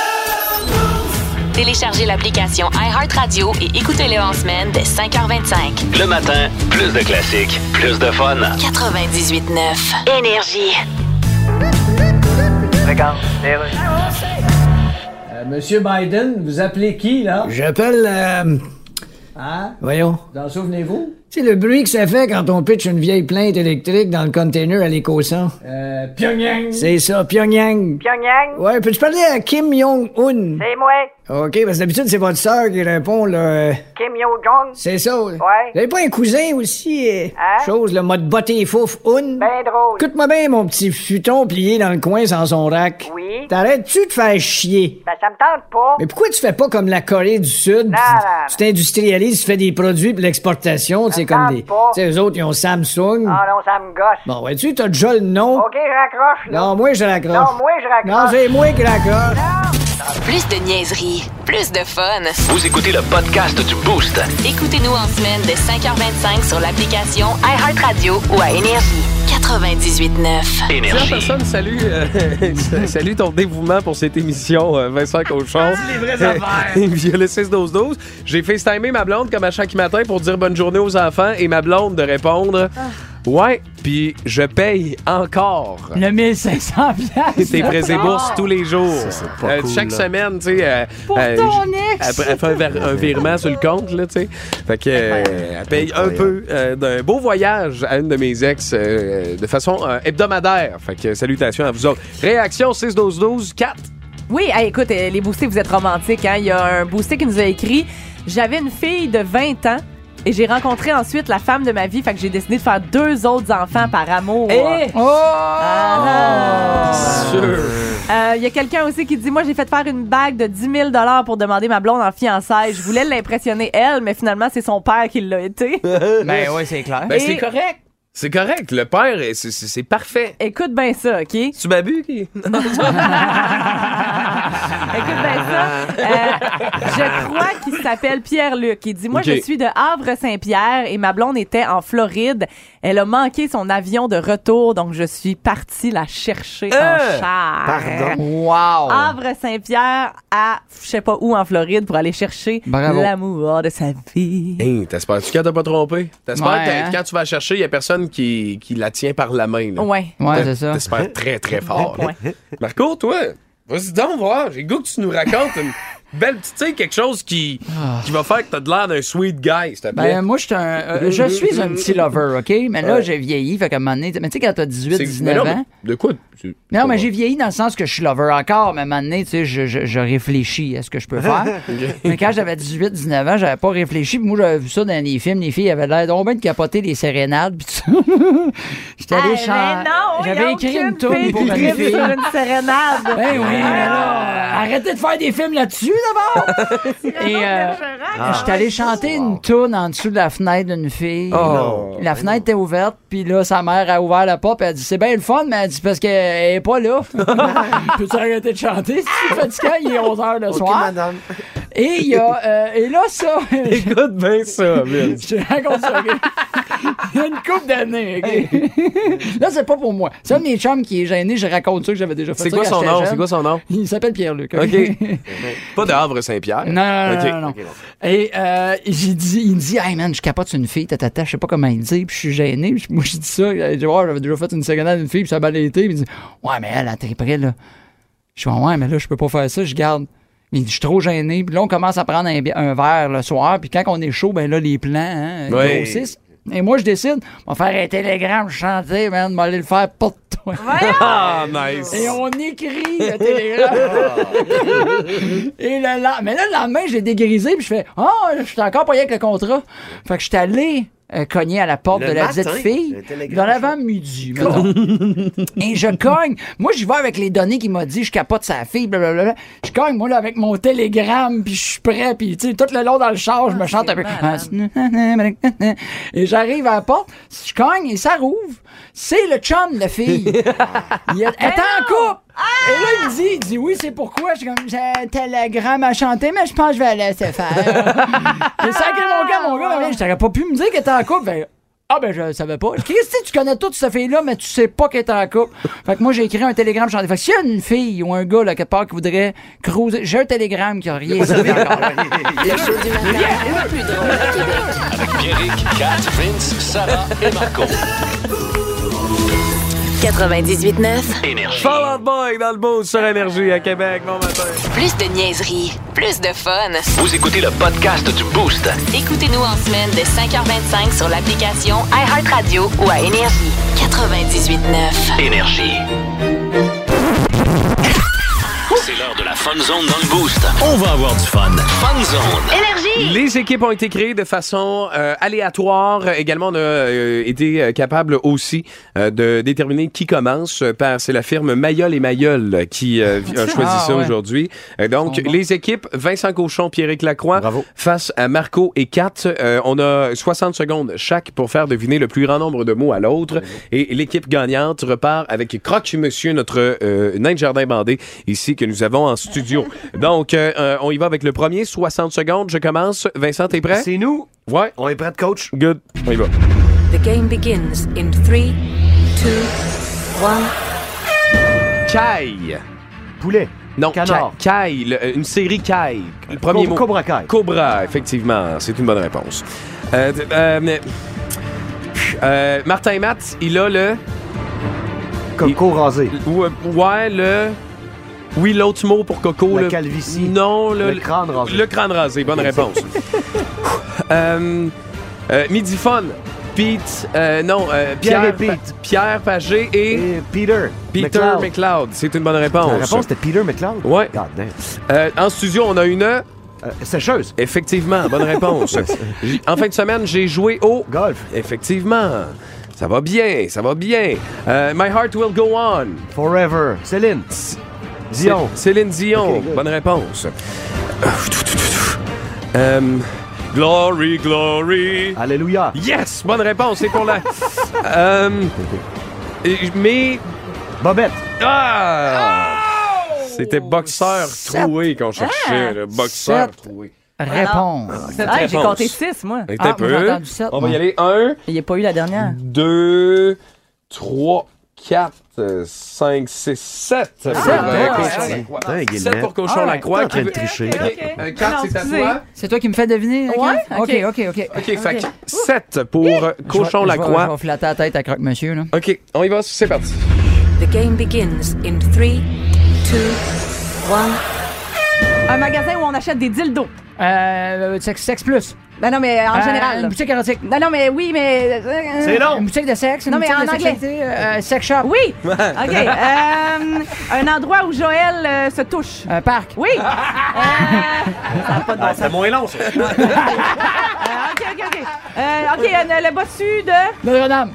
Téléchargez l'application iHeartRadio et écoutez-le en semaine dès 5h25.
Le matin, plus de classiques, plus de fun.
98.9. Énergie.
Euh, Monsieur Biden, vous appelez qui, là?
J'appelle. euh,
Hein?
voyons.
Vous en souvenez-vous?
Tu sais, le bruit que ça fait quand on pitch une vieille plainte électrique dans le container à l'éco-son.
Euh, Pyongyang.
C'est ça, Pyongyang. Pyongyang. Ouais, peux-tu parler à Kim Jong-un?
C'est moi.
OK, parce que d'habitude, c'est votre sœur qui répond, là. euh,
Kim Yo-Jong,
C'est ça, là.
Ouais.
Vous avez pas un cousin aussi? euh,
Hein?
Chose, le mode botter fouf, une?
ben drôle.
Écoute-moi bien, mon petit futon plié dans le coin sans son rack.
Oui.
T'arrêtes-tu de faire chier?
Ben ça me tente pas.
Mais pourquoi tu fais pas comme la Corée du Sud? tu
non,
tu t'industrialises, tu fais des produits pour l'exportation, tu sais, comme
tente
des. Tu
pas.
sais, eux autres, ils ont Samsung.
Ah non, ça me gosse.
Bon, ouais, tu t'as déjà le nom.
OK, je raccroche, là.
Non, moi, je raccroche.
Non, moi, je raccroche.
Non, c'est moi qui raccroche.
Plus de niaiserie, plus de fun.
Vous écoutez le podcast du Boost.
Écoutez-nous en semaine de 5h25 sur l'application iHeartRadio ou à Énergie. 98.9.
Plusieurs
Énergie.
personnes saluent, euh, [LAUGHS] saluent ton dévouement pour cette émission, euh, Vincent Cochon. C'est les vraies affaires. [LAUGHS] Via le 6-12-12, j'ai FaceTimé ma blonde comme à chaque matin pour dire bonne journée aux enfants et ma blonde de répondre Ouais, puis je paye encore.
Le 1500 piastres.
Tes prêts et bourses tous les jours. Euh,
pas cool,
chaque
là.
semaine, tu sais. euh, euh,
ton
j-
ex.
Elle, pr- elle fait un, ver- un virement sur le compte, là, tu sais. Fait que, euh, elle paye un peu euh, d'un beau voyage à une de mes ex euh, de façon euh, hebdomadaire. Fait que, euh, salutations à vous autres. Réaction 6-12-12-4.
Oui, hey, écoute, euh, les boostés, vous êtes romantiques. Hein? Il y a un boosté qui nous a écrit J'avais une fille de 20 ans et j'ai rencontré ensuite la femme de ma vie, fait que j'ai décidé de faire deux autres enfants par amour. Ah, ah.
Sûr.
Euh, Il y a quelqu'un aussi qui dit Moi, j'ai fait faire une bague de 10 000 pour demander ma blonde en fiançailles. Je voulais l'impressionner, elle, mais finalement, c'est son père qui l'a été.
Ben ouais, c'est clair.
Ben, c'est
Et-
correct. C'est correct. Le père, est- c'est- c'est c'est parfait.
Écoute bien ça, OK? [LAUGHS]
Tu m'abus? qui- [LAUGHS]
Écoute bien ça. Euh, je crois qu'il s'appelle Pierre-Luc. Il dit Moi,
Ok.
je suis de Havre-Saint-Pierre et ma blonde était en Floride. Elle a manqué son avion de retour, donc je suis partie la chercher en char.
Pardon.
Wow!
Havre-Saint-Pierre à je sais pas où en Floride pour aller chercher
Bravo.
l'amour de sa vie.
Hey, t'espères-tu qu'elle t'a pas trompé? T'espères
Ouais,
que
hein?
quand tu vas la chercher, il y a personne qui, qui la tient par la main. là.
Ouais.
Ouais,
T'es-
c'est
[LAUGHS]
ça.
T'espères très, très fort.
Ouais.
là. Marco, toi, vas-y donc voir. J'ai le goût que tu nous racontes une belle petite, tu sais, quelque chose qui, qui va faire que t'as de l'air d'un sweet guy, s'il te plaît. [LAUGHS]
Ah. Ben, moi, je suis un, euh, je suis un petit lover, OK? Mais là, j'ai vieilli, fait qu'à un moment donné, mais tu sais, quand t'as 18,
C'est- mais
19
non,
ans.
mais De quoi? tu-
Non, mais j'ai vieilli dans le sens que je suis lover encore, mais à un moment donné, tu sais, je, je, je réfléchis à ce que je peux
[LAUGHS]
faire. mais quand j'avais 18, 19 ans, j'avais pas réfléchi. Puis moi, j'avais vu ça dans les films. Les filles avaient l'air donc bien de capoter les sérénades. Puis tout. [LAUGHS] J'étais allé
Eh, mais
chanter.
non, y a
J'avais écrit
aucune
une tournée
fille
pour
qui
les
tripe
filles.
sur une sérénade. [LAUGHS]
Ben oui, mais
Ah!
là, arrêtez de faire des films là-dessus
[LAUGHS]
d'abord! Et euh, j'étais allé chanter
Ah.
une toune en dessous de la fenêtre d'une fille. La fenêtre était ouverte, puis là, sa mère a ouvert la porte, puis elle a dit C'est bien le fun, mais elle dit Parce qu'elle est
[LAUGHS]
pas là. [LAUGHS] Peux-tu arrêter de chanter si tu es fatiguant? Il est 11 h le soir.
[LAUGHS]
Et, il y a, euh, et là, ça. [LAUGHS]
Écoute bien ça, Vince.
Je te raconte ça, OK? Il y a une couple d'années, OK? Là, c'est pas pour moi. C'est un de mes chums qui est gêné, je raconte ça que j'avais déjà fait.
C'est
ça
quoi
quand
son
j'étais
nom?
jeune.
C'est quoi son nom?
Il s'appelle Pierre-Luc. OK.
OK. Pas de Havre-Saint-Pierre.
Non, non, non,
Ok.
non, non. [LAUGHS] Et euh, j'ai dit, il me dit, hey man, je capote sur une fille, tatata, je sais pas comment il dit, puis je suis gêné. Puis moi, j'ai dit ça, j'ai dit, ouais, j'avais déjà fait une seconde à une fille, puis ça m'a l'été. Puis il dit, ouais, mais elle, elle t'es prêt, là. Je suis ouais, mais là, je peux pas faire ça, je garde. Mais il dit, je suis trop gêné. Puis là, on commence à prendre un, bi- un verre le soir, puis quand on est chaud, ben là, les plans, hein, ils
Ouais.
grossissent. Et moi, je décide, on va faire un télégramme chanter, man, on va aller le faire pour toi.
Ah, nice.
Et on écrit
Ah.
le télégramme. Et le lendemain, mais là, le lendemain, j'ai dégrisé, puis je fais Ah, je suis encore pas avec le contrat. Fait que je suis allé euh, cogner à la porte
Le
de la
matin,
petite fille
le télégramme.
dans l'avant-midi. mettons. Et je cogne. Moi, j'y vais avec les données qu'il m'a dit, je capote sa fille, blablabla. Je cogne, moi, là, avec mon télégramme, puis je suis prêt, puis, tu sais, tout le long dans le char,
Ah,
je me chante un peu. Ah, Et j'arrive à la porte, je cogne et ça rouvre. C'est le chum de fille. Il est, elle est en couple! Et là, il me dit, il dit oui, c'est pourquoi. Je suis comme, j'ai un télégramme à chanter, mais je pense que je vais la laisser faire. [LAUGHS] J'ai sacré mon gars, mon gars, mais je t'aurais pas pu me dire qu'elle était en couple. Fait que, ah ben je le savais pas. Christy, tu connais toute cette fille-là, mais tu sais pas qu'elle est en couple. Fait que moi j'ai écrit un télégramme chanté. Fait que s'il y a une fille ou un gars là quelque part qui voudrait cruiser, j'ai un télégramme qui a rien dit
[LAUGHS]
encore.
Le show du matin le plus drôle au Québec.
Avec Pierrick, Kat, Vince, Sarah et Marco.
98.9.
Énergie.
Fall Out Boy dans le beau sur Énergie à Québec, bon matin.
Plus de niaiserie, plus de fun.
Vous écoutez le podcast du Boost.
Écoutez-nous en semaine de 5h25 sur l'application iHeartRadio ou à Énergie. 98.9.
Énergie. C'est l'heure de la Fun Zone dans le Boost.
On va avoir du fun.
Fun Zone.
Les équipes ont été créées de façon euh, aléatoire. Également, on a euh, été euh, capable aussi euh, de déterminer qui commence euh, par. C'est la firme Mayol et Mayol qui euh, vi- a choisi
Ah,
ça
ouais.
aujourd'hui. Euh, donc, les équipes Vincent Cochon, Pierrick Lacroix face à Marco et Kat. Euh, on a 60 secondes chaque pour faire deviner le plus grand nombre de mots à l'autre. Et l'équipe gagnante repart avec Croque Monsieur, notre euh, nain de jardin bandé ici que nous avons en [LAUGHS] studio. Donc, euh, euh, on y va avec le premier. 60 secondes. Je commence. Vincent, t'es prêt? C'est
nous.
Ouais.
On est prêt, coach?
Good. On y va.
The game begins in 3, 2, 1.
Caille.
Poulet.
Non, Canard. Caille. le- euh, une série Caille. Le premier
Cobra-
mot.
Cobra Kai.
Cobra, effectivement. C'est une bonne réponse. Euh, d- euh, mais- euh, Martin et Matt, il a le.
Coco rasé.
Ouais, le. Oui, l'autre mot pour Coco.
La
le...
calvitie.
Non, le.
Le crâne rasé.
Le crâne rasé, bonne
[LAUGHS]
réponse. euh, euh, Midiphone. Pete, euh, non, euh,
Pierre et
Pa- Pierre Pagé et,
Peter.
Peter
McLeod.
McLeod. C'est une bonne réponse.
La réponse, c'était Peter McLeod?
Ouais.
God damn. Euh,
Euh, en studio, on a une.
sécheuse.
Effectivement,
[LAUGHS]
bonne réponse. J- en fin de semaine, j'ai joué au.
Golf.
Effectivement. Ça va bien, ça va bien. Euh, My Heart Will Go On.
Forever. Céline. Dion.
Cé- Céline Dion.
Ok, good.
bonne réponse. Euh, glory, glory.
Alléluia.
Yes, bonne réponse. C'est pour la. Euh, et- mais.
Bobette.
Ah!
Oh!
C'était boxeur troué qu'on cherchait, le boxeur
Sept.
troué.
Réponse.
Sept
Ah, j'ai
réponses.
compté six, moi.
Attends
Ah,
un peu.
moi, j'ai entendu sept,
On va
moi.
y aller. Un,
Il n'y a pas eu la dernière.
deux, trois, quatre, euh, cinq, six, sept.
Ah,
Pour, euh,
ouais,
Cochon
ouais.
Lacroix.
Dingue,
Sept
Guillemette.
pour Cochon
Ah,
Lacroix.
t'es en train de
qui-
tricher.
Ok,
Ok,
euh, Quatre,
Non,
c'est à
excusez.
toi.
C'est toi qui me fais deviner?
Ouais,
Kev? OK, OK, OK.
OK, fait que sept pour euh, Cochon
Je vais- Je
Lacroix.
vais flatter la tête à Croque-Monsieur, là.
OK, on y va, c'est parti.
The game begins in 3, 2, 1.
Un magasin où on achète des dildos.
Euh, sexe, sexe plus.
Ben non, mais en
Euh, Une
général. Ben
boutique érotique.
Non, non, mais oui, mais. euh,
C'est long.
Une boutique de sexe. une
Non, mais
boutique
en
de
anglais.
sexualité, euh, sex shop.
Oui! OK. euh, un endroit où Joël euh, se touche.
Un parc.
Oui! Euh, ça a pas de bon
Ah,
sens.
c'est moins long, ça.
Euh, OK, OK, OK. Euh, OK, euh, le bossu de.
Notre-Dame.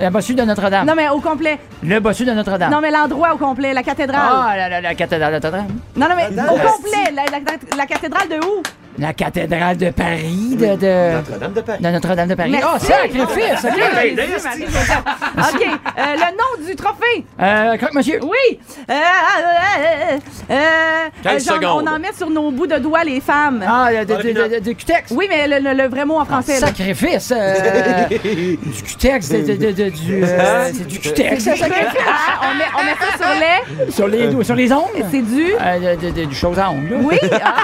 Le bossu de Notre-Dame.
Non, mais au complet.
Le bossu de Notre-Dame.
Non, mais l'endroit au complet, la cathédrale.
Ah, la, Ah, la, la cathédrale de Notre-Dame.
Non, non, mais au complet, la, la- la cathédrale de où?
La cathédrale de Paris, de, de,
Notre-Dame de Paris.
de Notre-Dame de Paris. Ah,
Merci.
Oh, sacrifice, OK.
Ah, les yeux, ma vie, c'est ça. OK, euh, le nom du trophée.
[LAUGHS] Euh, Croque-Monsieur.
Oui. Euh, euh, euh, euh,
Quinze
genre,
secondes.
On en met sur nos bouts de doigts, les femmes.
Ah, le- de, de, de, de- de cutex.
Oui, mais le, le- le vrai mot en français. là.
Sacrifice. [LAUGHS] euh, du cutex, de, de, de, de- du... euh, c'est du cutex, ça, [LAUGHS] sacrifice.
Ah, on, met, on met ça sur les...
Sur les, doigts, sur les ongles.
C'est du...
Euh, de, de, de- du chose à ongles. là.
Oui. Ah,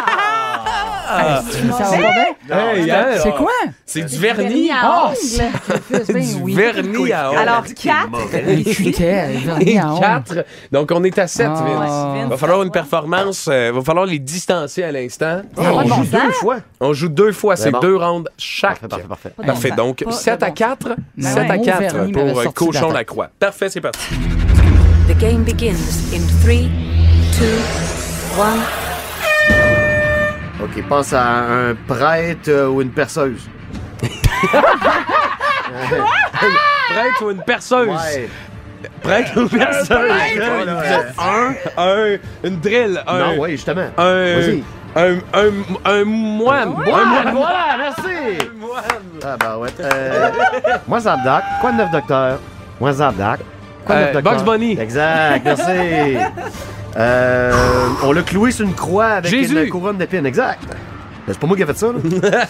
Ah, c'est- ça va pas bien?
Hey, hey,
C'est
oh.
quoi?
C'est du vernis.
Ah,
à ongles.
sacrifice, ben
Du
oui.
vernis à ongles.
Alors,
dit qu'il est
quatre.
mauvais.
Les cutex,
Et
vernis
[LAUGHS]
à ongles.
quatre. Donc, on est à sept,
Ah.
Vince.
Vince,
Va falloir une
ouais.
performance. Il va falloir les distancer à l'instant.
on
de bon
joue
sens.
Oh, deux fois.
On joue deux fois, c'est
bon.
deux rondes chaque.
Parfait, parfait, parfait.
Parfait. Donc,
Pas de
7 à
bon
4.
Non.
7 à
Mon
4
vernis m'avait
pour euh,
sorti de la
Cochon
tête.
Lacroix. Parfait, c'est parti.
The game begins in 3, 2, 1.
OK, passe à un prêtre euh, ou une perceuse.
Prêtre ou une perceuse?
Ouais.
Prêtre ou perceuse? Un, un, une drill. Un,
Non, oui, justement.
un,
Vas-y.
un, un, un moine. Un
Voilà,
moine.
voilà, merci! Ah, bah ouais. Euh, [LAUGHS] moi, Zabdak. Quoi de neuf, docteur? Moi, Zabdak. Quoi de
Euh,
neuf, docteur?
Bugs Bunny.
Exact,
[LAUGHS]
merci. Euh, on l'a cloué sur une croix avec
Jésus.
une couronne d'épines, exact. Ben, C'est pas moi qui ai
[LAUGHS]
fait ça, là.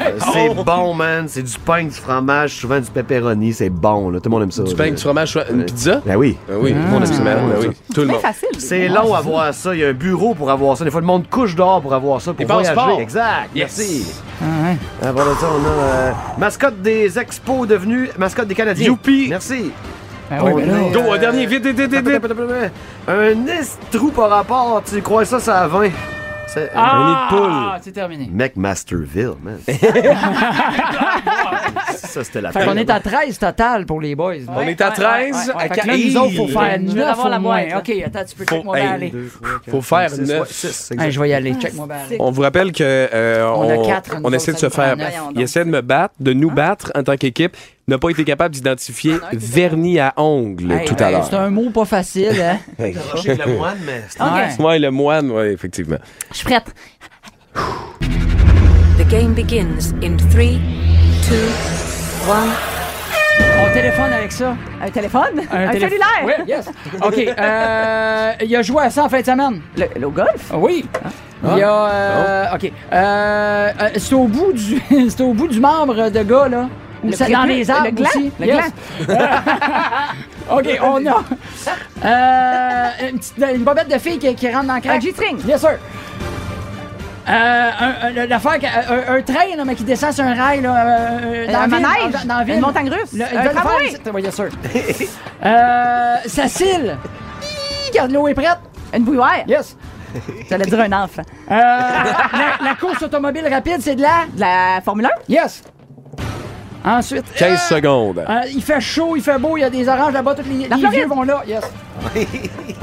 Euh, c'est bon, man. C'est du pain, du fromage, souvent du pepperoni. C'est bon, là. Tout le monde aime ça.
Du pain,
là.
du fromage, une pizza?
Ben oui.
Ah oui, tout le monde aime ça. Ben oui, Tout le monde.
Facile.
C'est long à voir ça. Il y a un bureau pour avoir ça. Des fois, le monde couche dehors pour avoir ça, pour
Les
voyager.
passeports.
Exact.
Yes.
Ah, voilà ça, on a euh, mascotte des expos devenue mascotte des Canadiens.
Youpi.
Merci.
Ben oui,
On
ben là.
est,
Go,
euh,
un dernier. Vite, vite, vite, vite, vite.
Un estrou par rapport, tu crois ça, ça à 20. C'est euh,
Ah!
Un nid de poule.
[LAUGHS] c'est terminé.
Mec Masterville, man. Ça, c'était la
Fait
Ben,
qu'on est à 13 total pour les boys.
On est à 13, à
Fait que là, nous
Caraïbes.
autres, faut faire
Je vais
9
avoir la
au moins.
boîte,
OK,
là.
attends, tu peux
Faut-
check-moi bien
hey,
aller.
deux,
Faut faire
six, ouais,
9.
six,
Hey, je vais y aller, check-moi bien aller.
On vous rappelle que euh, on,
On a quatre, nous
on essaie de
autres, ça
se
nous Ah.
faire.
prend neuf. Voyons
Il essaie de me battre, de nous battre en tant qu'équipe. N'a pas été capable d'identifier
Ah,
vernis à ongles
Hey,
tout à
hey,
l'heure.
C'est un mot pas facile,
[LAUGHS]
hein?
Hey.
Rocher de la moine, mais c'est-
Ouais.
Ouais, le moine, ouais, effectivement.
Ah.
Je suis prête.
The game begins in 3, 2, 1.
On téléphone avec ça.
Un téléphone? Un,
télé-
cellulaire?
Oui,
[LAUGHS]
yes. OK, euh, il a joué à ça en fin de semaine.
Le, le golf?
Ah
Oui. Il y a. euh, OK. Euh, euh, c'est au bout du. [LAUGHS] c'est au bout du membre de gars, là. Ou
Le
c'est dans
prépuce,
les arbres
le gland,
aussi.
le
[LAUGHS] OK, on a. euh, une, petite, une bobette de fille qui, qui rentre dans le
Un
crack.
G-string?
Bien sûr. Euh, un, un- l'affaire, qu'a- un, un train là, mais qui descend sur un rail là, euh, dans la
un
ville,
manège?
dans- dans la ville.
Une montagne russe?
Le-
Un
ils veulent faire-
tramway?
c'est- oui,
[LAUGHS]
bien sûr. euh, Cécile. Hi, Quand l'eau est prête.
Une bouilloire?
Yes.
J'allais dire un enfant. [LAUGHS]
Euh, la, la course automobile rapide, c'est de la.
De la Formule 1?
Yes. Ensuite.
15
euh,
secondes.
euh, il fait chaud, il fait beau, il y a des oranges là-bas, tous les,
La
les
Floride.
vieux vont là. Yes.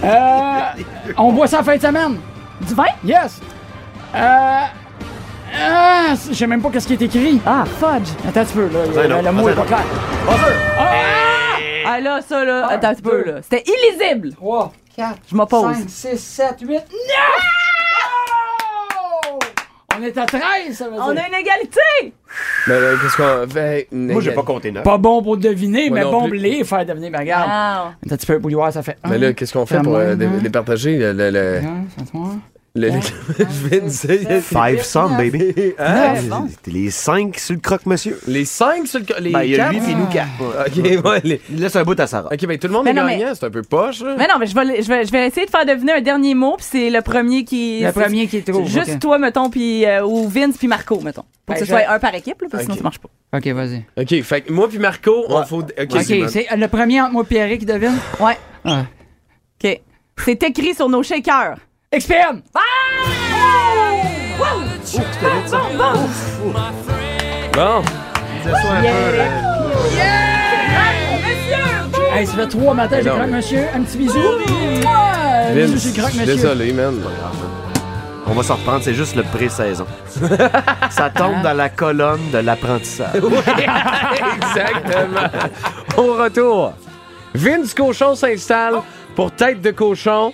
Euh, on boit ça en fin de semaine.
Du vin?
Yes. Euh, ah, je sais même pas qu'est-ce qui est écrit.
Ah, fudge!
Attends un petit peu, là.
Attends,
le- le
non,
mot est pas
attends,
clair.
Ah là, ça là, attends un petit peu
deux.
là. C'était illisible!
3, 4,
Je m'oppose.
5, 6, 7, 8, 9! On est à 13, ça veut
On
dire.
a une égalité!
Mais là, qu'est-ce qu'on fait?
Moi, j'ai pas compté neuf.
Pas bon pour deviner,
Moi
mais
non
bon pour
plus.
les faire deviner. Mais regarde.
Wow!
Attends un petit peu, bouilloire, ça fait.
Mais là, qu'est-ce qu'on fait pour euh, les les partager? Le, le, le,
Hein,
le- je vais dire-
Five some, baby.
Hein?
Hey, T'es les cinq sur le croque-monsieur.
Les 5 sur le. co- Les
Ben, il y a
quatre?
lui, puis nous quatre.
[LAUGHS] Ok, ouais, les-
Il laisse un bout à Sarah.
Ok, ben tout le monde
Mais
est
non, mais-
gagnant, c'est un peu poche. là.
Mais non, mais je vais, je, vais, je vais essayer de faire deviner un dernier mot, puis c'est le premier qui.
Le
c'est-
premier qui trouve.
Juste
ok.
toi, mettons, puis euh, ou Vince, puis Marco, mettons. Pour que
Ben,
ce
je-
soit un par équipe, là, parce que sinon
Ok.
ça marche pas.
Ok, vas-y.
Ok, fait que moi puis Marco, on
Ouais.
faut. Ok, c'est bon.
Ok, c'est euh, le premier entre moi et Pierre qui devine.
Ouais.
Ah.
OK. C'est écrit sur nos shakers.
XPN!
Bon. [LAUGHS]
Hey, ça fait trois matins, j'ai
non,
croque
mais-
monsieur. Un petit bisou. Ah,
Vince,
Bisou, j'ai croque monsieur.
désolé, man.
On va s'en reprendre, c'est juste le [LAUGHS] pré-saison. Ça tombe dans la colonne de l'apprentissage.
Exactement. Au retour, Vince Cochon s'installe pour tête de cochon.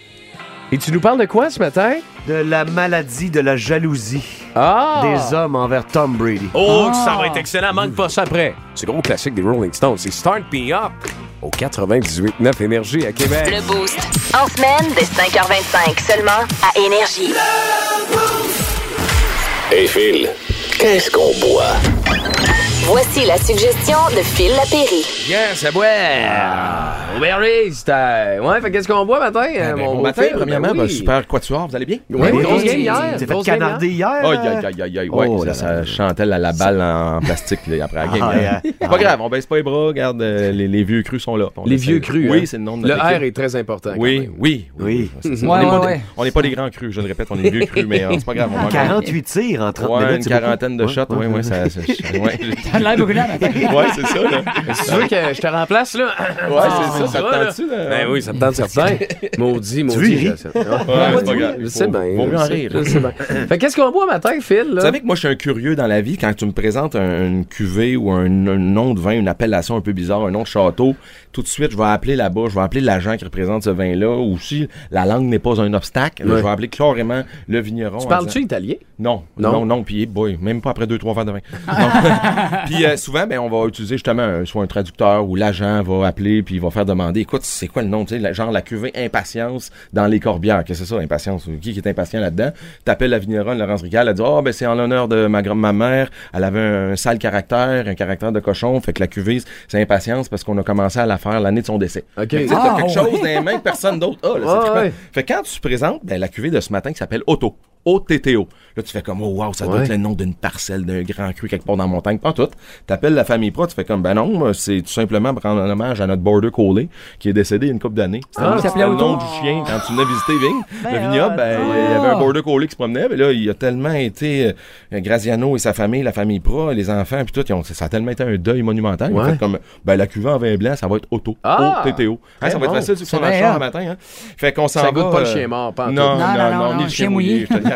Et tu nous parles de quoi ce matin?
De la maladie de la jalousie
Ah!
des hommes envers Tom Brady.
Oh,
Ah!
que ça va être excellent, manque pas ça après. C'est gros classique des Rolling Stones, c'est Start Me Up au 98.9 Énergie à Québec.
Le Boost. En semaine dès 5h25 seulement à Énergie.
Hey Phil, qu'est-ce qu'on boit?
Voici la suggestion de Phil Lapéry.
Yes, ça boit! Berry, c'était. Euh, Ouais, fait qu'est-ce qu'on boit matin? euh,
Ah. Ben,
mon
bon
beau
matin,
Phil?
premièrement,
Ben
ben,
oui.
super quatuor, vous allez bien?
Oui, oui,
Grosse
grosse game
game.
hier.
T'es fait
grosse game
canarder hier?
Aïe,
euh?
aïe, aïe, aïe, aïe, ouais,
Oh,
ça,
là, là.
ça chantelle à la balle en plastique là, après la game.
Ah,
hein.
yeah.
C'est pas grave, on baisse pas les bras, regarde, euh, les, les vieux crus sont là. On
Les
essaie.
vieux crus.
Oui,
hein.
c'est le nom de
Le
notre
R
équipe.
est très important. quand
Oui,
même.
oui, oui.
Oui.
c'est ça.
Ouais,
on n'est
ouais,
pas, des-
ouais.
on n'est pas des grands crus, je le répète, on est des vieux crus, mais euh, c'est pas grave.
[LAUGHS]
On va
48 tirs en 30
Ouais,
minutes.
une
c'est beaucoup.
quarantaine de shots, oui, oui, ça. [LAUGHS] ça- ouais,
T'as l'air brûlant, matin.
Ouais, c'est ça, là.
Tu
[LAUGHS]
veux que je te remplace, là? Ah,
Ouais, c'est ça, ça
va, là?
te tente-tu, là?
Ben oui, ça me tente
[LAUGHS]
certain. maudit, maudit.
ris?
je sais. Ouais,
Ouais, c'est pas grave.
Je sais
Faut-
bien.
faut mieux en
je sais-
rire.
je sais bien. Fait qu'est-ce qu'on boit matin, Phil?
Vous
Là?
savez que moi, je suis un curieux dans la vie. Quand tu me présentes un- une cuvée ou un, un nom de vin, une appellation un peu bizarre, un nom de château, tout de suite, je vais appeler là-bas, je vais appeler l'agent qui représente ce vin-là. Ou si la langue n'est pas un obstacle,
Ouais.
je vais appeler carrément le vigneron.
Tu
en
parles-tu
disant-
italien?
Non,
Non?
non, non, puis eh boy, même pas après deux, trois verres de vin. Non. [LAUGHS] puis euh, souvent, ben, on va utiliser justement un- soit un traducteur ou l'agent va appeler puis il va faire demander, écoute, c'est quoi le nom, tu sais, la- genre la cuvée Impatience dans les Corbières. Qu'est-ce que c'est ça, Impatience? Qui, qui est impatient là-dedans? T'appelles la vigneronne Laurence Ricard, elle dit, ah ben c'est en l'honneur de ma, grand- ma mère, elle avait un, sale caractère, un caractère de cochon, fait que la cuvée, c'est Impatience parce qu'on a commencé à la faire l'année de son décès.
OK.
Fait que, tu sais,
Ah,
t'as quelque
ouais.
chose dans les mains que personne d'autre. Ah, là, c'est
Ah,
trippant.
ouais.
Fait que quand tu présentes, ben, la cuvée de ce matin qui s'appelle Auto. OTTO. Là, tu fais comme, oh wow, ça doit
Ouais.
être le nom d'une parcelle, d'un grand cru quelque part dans la montagne. Pas en tout. T'appelles la famille Pro, tu fais comme, ben non, c'est tout simplement pour rendre hommage à notre border collie qui est décédé il y a une couple d'années. C'était
Ah,
le-
il
c'était
s'appelait
le nom
Otto.
du chien quand tu venais visiter Vigne,
Ben,
le vignoble. ben, il y avait un border collie qui se promenait. Ben là, il a tellement été, euh, Graziano et sa famille, la famille Pro, les enfants, puis tout, ils ont- ça a tellement été un deuil monumental. Ils ont
Ouais.
fait comme, ben la cuvée en vin blanc, ça va être Auto.
Ah!
OTTO. Hein,
Très
ça va être
bon.
facile sur
C'est
son
bien
char
hot.
le matin. Hein. Fait qu'on s'en
Ça
va,
goûte pas le
euh,
chien mort, pas en tout.
non, non,
Non,
non,
non, non,
ni le chien mouillé. je te le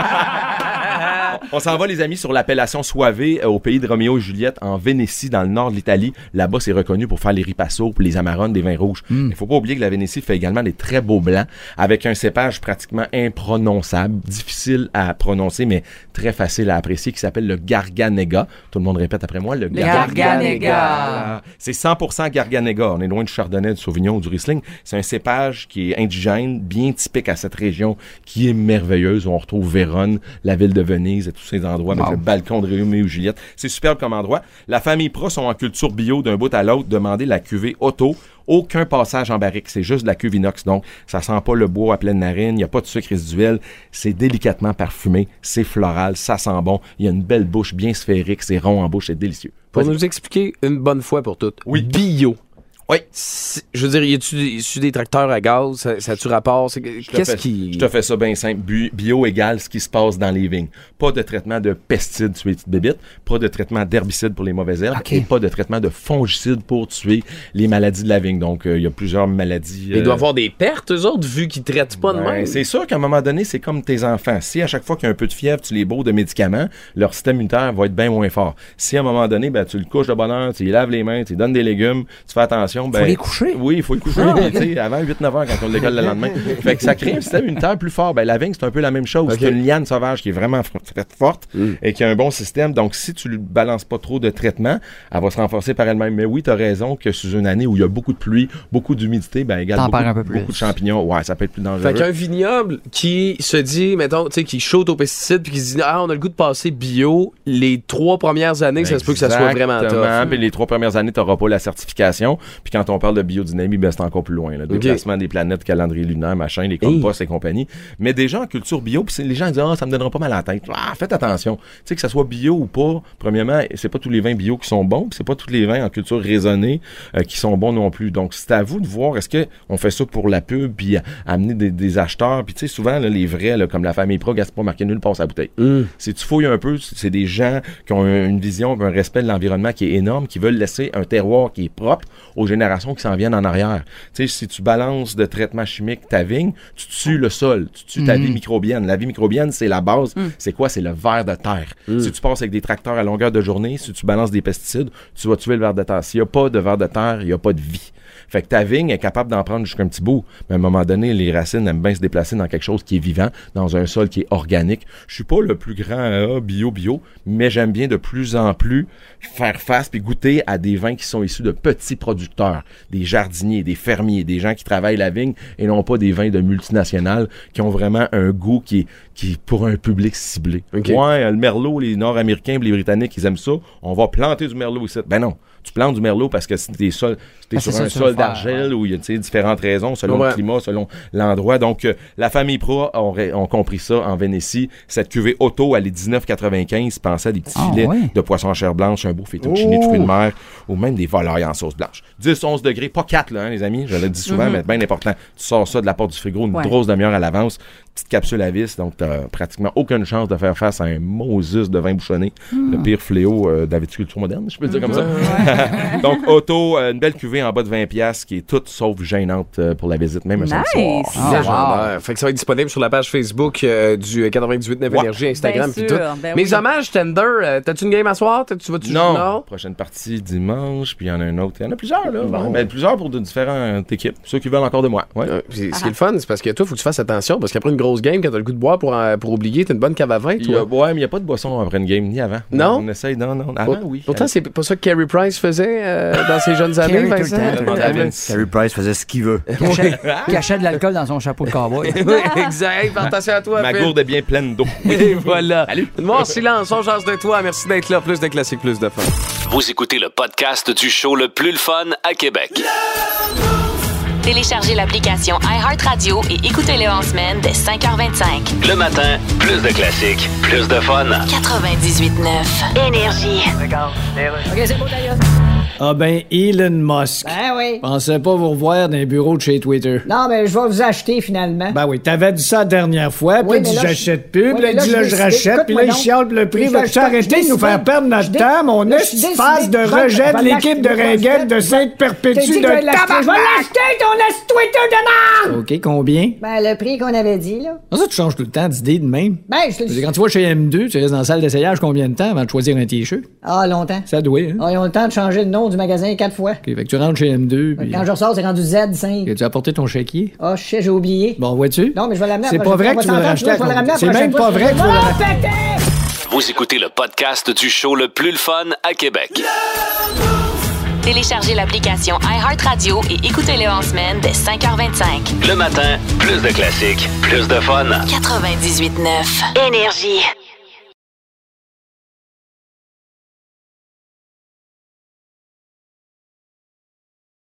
garantis. [LAUGHS] On s'en va, les amis, sur l'appellation Soivé euh, au pays de Roméo et Juliette, en Vénétie, dans le nord de l'Italie. Là-bas, c'est reconnu pour faire les ripasso, pour les amarones, des vins rouges. Il faut pas oublier que la Vénétie fait également des très beaux blancs, avec un cépage pratiquement imprononçable, difficile à prononcer, mais très facile à apprécier, qui s'appelle le Garganega. Tout le monde répète après moi, le, Ah,
Garganega.
c'est 100% Garganega. On est loin du Chardonnay, du Sauvignon ou du Riesling. C'est un cépage qui est indigène, bien typique à cette région qui est merveilleuse où on retrouve Vérone, la ville de Venise et tous ces endroits avec
Wow.
le balcon de Réumé ou Juliette. C'est superbe comme endroit. La famille Pro sont en culture bio d'un bout à l'autre. Demandez la cuvée auto. Aucun passage en barrique, c'est juste de la cuve inox. Donc, ça sent pas le bois à pleine narine, il n'y a pas de sucre résiduel, c'est délicatement parfumé, c'est floral, ça sent bon, il y a une belle bouche bien sphérique, c'est rond en bouche, c'est délicieux.
Pour nous expliquer une bonne fois pour toutes. Oui. Bio.
Oui.
Je veux dire, y a-tu des- y a-tu des tracteurs à gaz? Ça, ça tu rapport? C'est-
Je te
Qu'est-ce
fais-
qui.
Je te fais ça bien simple. Bu- Bio égale ce qui se passe dans les vignes. Pas de traitement de pesticides sur les petites bébites, pas de traitement d'herbicide pour les mauvaises herbes et pas de traitement de fongicide pour tuer les maladies de la vigne. Donc, euh, il y a plusieurs maladies.
Il
euh,
doit avoir des pertes, eux autres, vu qu'ils traitent pas de
ben,
même.
C'est sûr qu'à un moment donné, c'est comme tes enfants. Si à chaque fois qu'il y a un peu de fièvre, tu les bourres de médicaments, leur système immunitaire va être bien moins fort. Si à un moment donné, ben, tu le couches de bonne heure, tu lui laves les mains, tu lui donnes des légumes, tu fais attention. Ben,
Faut les
coucher. Oui, il faut les coucher
Ah.
mais, tu sais, avant 8-9 heures quand on l'école
[LAUGHS]
le lendemain. Fait que ça crée un système immunitaire plus fort. Ben, la vigne, c'est un peu la même chose. C'est une liane sauvage qui est vraiment fr- très forte
Mm.
et qui a un bon système. Donc, si tu ne balances pas trop de traitement, elle va se renforcer par elle-même. Mais oui, tu as raison que sous une année où il y a beaucoup de pluie, beaucoup d'humidité, ben, égale
T'en
beaucoup,
perds un peu plus.
beaucoup de champignons. Ouais, ça peut être plus dangereux.
Fait qu'un vignoble qui se dit, mettons, tu sais, qui shoot aux pesticides puis qui se dit, ah, on a le goût de passer bio, les trois premières années, ça se peut que ça soit vraiment
Exactement.
top.
Puis les trois premières années, tu n'auras pas la certification. Puis quand on parle de biodynamie, ben, c'est encore plus loin. Le Déplacement des planètes, calendrier lunaire, machin, les composts et compagnie. Mais des gens en culture bio, puis c'est- les gens disent Ah, ça me donnera pas mal à la tête. Ah, faites attention. Tu sais, que ça soit bio ou pas, premièrement, c'est pas tous les vins bio qui sont bons, puis c'est pas tous les vins en culture raisonnée euh, qui sont bons non plus. Donc, c'est à vous de voir est-ce qu'on fait ça pour la pub, puis à- amener des, des acheteurs. Puis tu sais, souvent, là, les vrais, là, comme la famille Pro, Gaspard marqué nulle passe à bouteille. Si tu fouilles un peu, c'est des gens qui ont un- une vision, un respect de l'environnement qui est énorme, qui veulent laisser un terroir qui est propre aux générations qui s'en viennent en arrière. Tu sais, si tu balances de traitement chimique ta vigne, tu tues le sol, tu tues ta
Mhm.
vie microbienne. La vie microbienne, c'est la base.
Mm.
C'est quoi? C'est le verre de terre. Si tu passes avec des tracteurs à longueur de journée, si tu balances des pesticides, tu vas tuer le verre de terre. S'il n'y a pas de verre de terre, il n'y a pas de vie. Fait que ta vigne est capable d'en prendre jusqu'à un petit bout. Mais à un moment donné, les racines aiment bien se déplacer dans quelque chose qui est vivant, dans un sol qui est organique. Je suis pas le plus grand euh, AA bio-bio, mais j'aime bien de plus en plus faire face puis goûter à des vins qui sont issus de petits producteurs, des jardiniers, des fermiers, des gens qui travaillent la vigne et non pas des vins de multinationales qui ont vraiment un goût qui est, qui est pour un public ciblé. Ouais, euh, le merlot, les Nord-Américains, puis les Britanniques, ils aiment ça. On va planter du merlot ici. Ben non. Tu plantes du merlot parce que si t'es sol- si t'es
Ah,
sur
c'est ça,
un
tu veux
sol
faire,
d'argile où il y a tu sais, différentes raisons selon
Ouais.
le climat, selon l'endroit. Donc, euh, la famille Pro ont, ré- ont compris ça en Vénétie. Cette cuvée auto, elle est 19,95. Pensez à des petits
Ah,
filets
ouais.
de poisson en chair blanche, un beau fettuccine de
Oh.
fruits de mer ou même des volailles en sauce blanche. 10-11 degrés, pas 4, là, hein, les amis. Je le dis souvent,
Mhm.
mais bien important. Tu sors ça de la porte du frigo une
Ouais.
grosse demi-heure à l'avance. Petite capsule à vis, donc t'as pratiquement aucune chance de faire face à un Moses de vin bouchonné,
Mm.
Hmm.
le pire fléau euh, de la viticulture moderne, je peux le dire comme ça.
Ouais.
[LAUGHS] donc, auto, euh, une belle cuvée en bas de 20$, qui est toute sauf gênante euh, pour la visite, même un samedi soir.
Ah, légendaire. Fait que ça va être disponible sur la page Facebook euh, du 98.9
Ouais.
Énergie, Instagram,
Bien
puis tout.
sûr, ben
Mes
oui.
hommages, Tender, euh, t'as-tu une game à soir? T'as- Tu vas-tu
Non. Prochaine partie dimanche, puis il y en a un autre. Il y en a plusieurs, là.
Bon. Euh,
Ben, plusieurs pour de différentes équipes. Ceux qui veulent encore de moi. Ouais.
Puis
Ah.
ce qui est le fun, c'est parce que toi, faut que tu fasses attention, parce qu'après une grosse game, quand t'as le goût de boire pour, euh, pour oublier, t'as une bonne cave à vin,
Il y a-
toi.
ouais, mais il n'y a pas de boisson après une game, ni avant.
Non?
On essaye, non, non. Avant,
Pour-
oui.
Pourtant, c'est pas ça que Carey Price faisait euh, dans ses jeunes années,
Carey tout le
Vincent.
temps, tout le temps.
[LAUGHS]
Carrie Price faisait ce qu'il veut.
Cachait, cachait de l'alcool dans son chapeau de cowboy.
Oui, exact. Fais Attention à toi,
Ma
Phil.
gourde est bien pleine d'eau.
[LAUGHS] Et voilà. Noir silence, on change de toi. Merci d'être là. Plus de classiques, plus de fun.
Vous écoutez le podcast du show le plus le fun à Québec.
Téléchargez l'application iHeartRadio et écoutez-le en semaine dès 5h25.
Le matin, plus de classiques, plus de fun.
98.9 Énergie. OK, c'est
Ah ben, Elon Musk.
Ben oui.
Pensais pas vous revoir dans les bureaux de chez Twitter.
Non, mais je vais vous acheter finalement.
Ben oui, t'avais dit ça la dernière fois, puis
Oui,
il
mais
dit
là,
j'achète
je-
plus,
oui,
puis là,
mais
il
là,
dit
je
là, je
décide-
rachète, puis là, il
écoute-moi
chiale
donc.
le prix.
Je-
Vas-tu
je-
arrêter de nous
je-
faire perdre notre
je-
temps, mon
je-
est
je- je-
face de
je- je-
rejet
je-
de
je-
l'équipe de
je- je-
ringuettes de
T'as dit
Sainte-Perpétue
que
de
je vais l'acheter, je vais
tabarnak!
l'acheter ton ass Twitter de merde!
OK, combien?
Ben, le prix qu'on avait dit, là.
Ça, tu changes tout le temps d'idée de même.
Ben, je te
Je veux
le
dire, Quand tu vas chez M2, tu restes dans la salle d'essayage combien de temps avant de choisir un t-shirt?
Ah, longtemps.
Ça doit, hein?
Ah, ils ont le temps de changer le nom du magasin quatre fois.
OK, fait que tu rentres chez M2, puis...
Quand je ressors, c'est rendu Z5.
Tu as apporté ton chéquier?
Ah, je sais, j'ai oublié.
Bon, vois-tu?
Non, mais je vais l'amener à
C'est
la
pas
prochaine
vrai
fois.
que tu veux
On va
le
s'entendre,
racheter à
je vais le ramener à la
C'est
prochaine
même
fois,
pas
je vais
vrai que tu veux le
Ah,
racheter.
pétez!
Vous écoutez le podcast du show le plus le fun à Québec.
Téléchargez l'application iHeartRadio et écoutez-le en semaine dès 5h25.
Le matin, plus de classiques, plus de fun.
98.9 Énergie.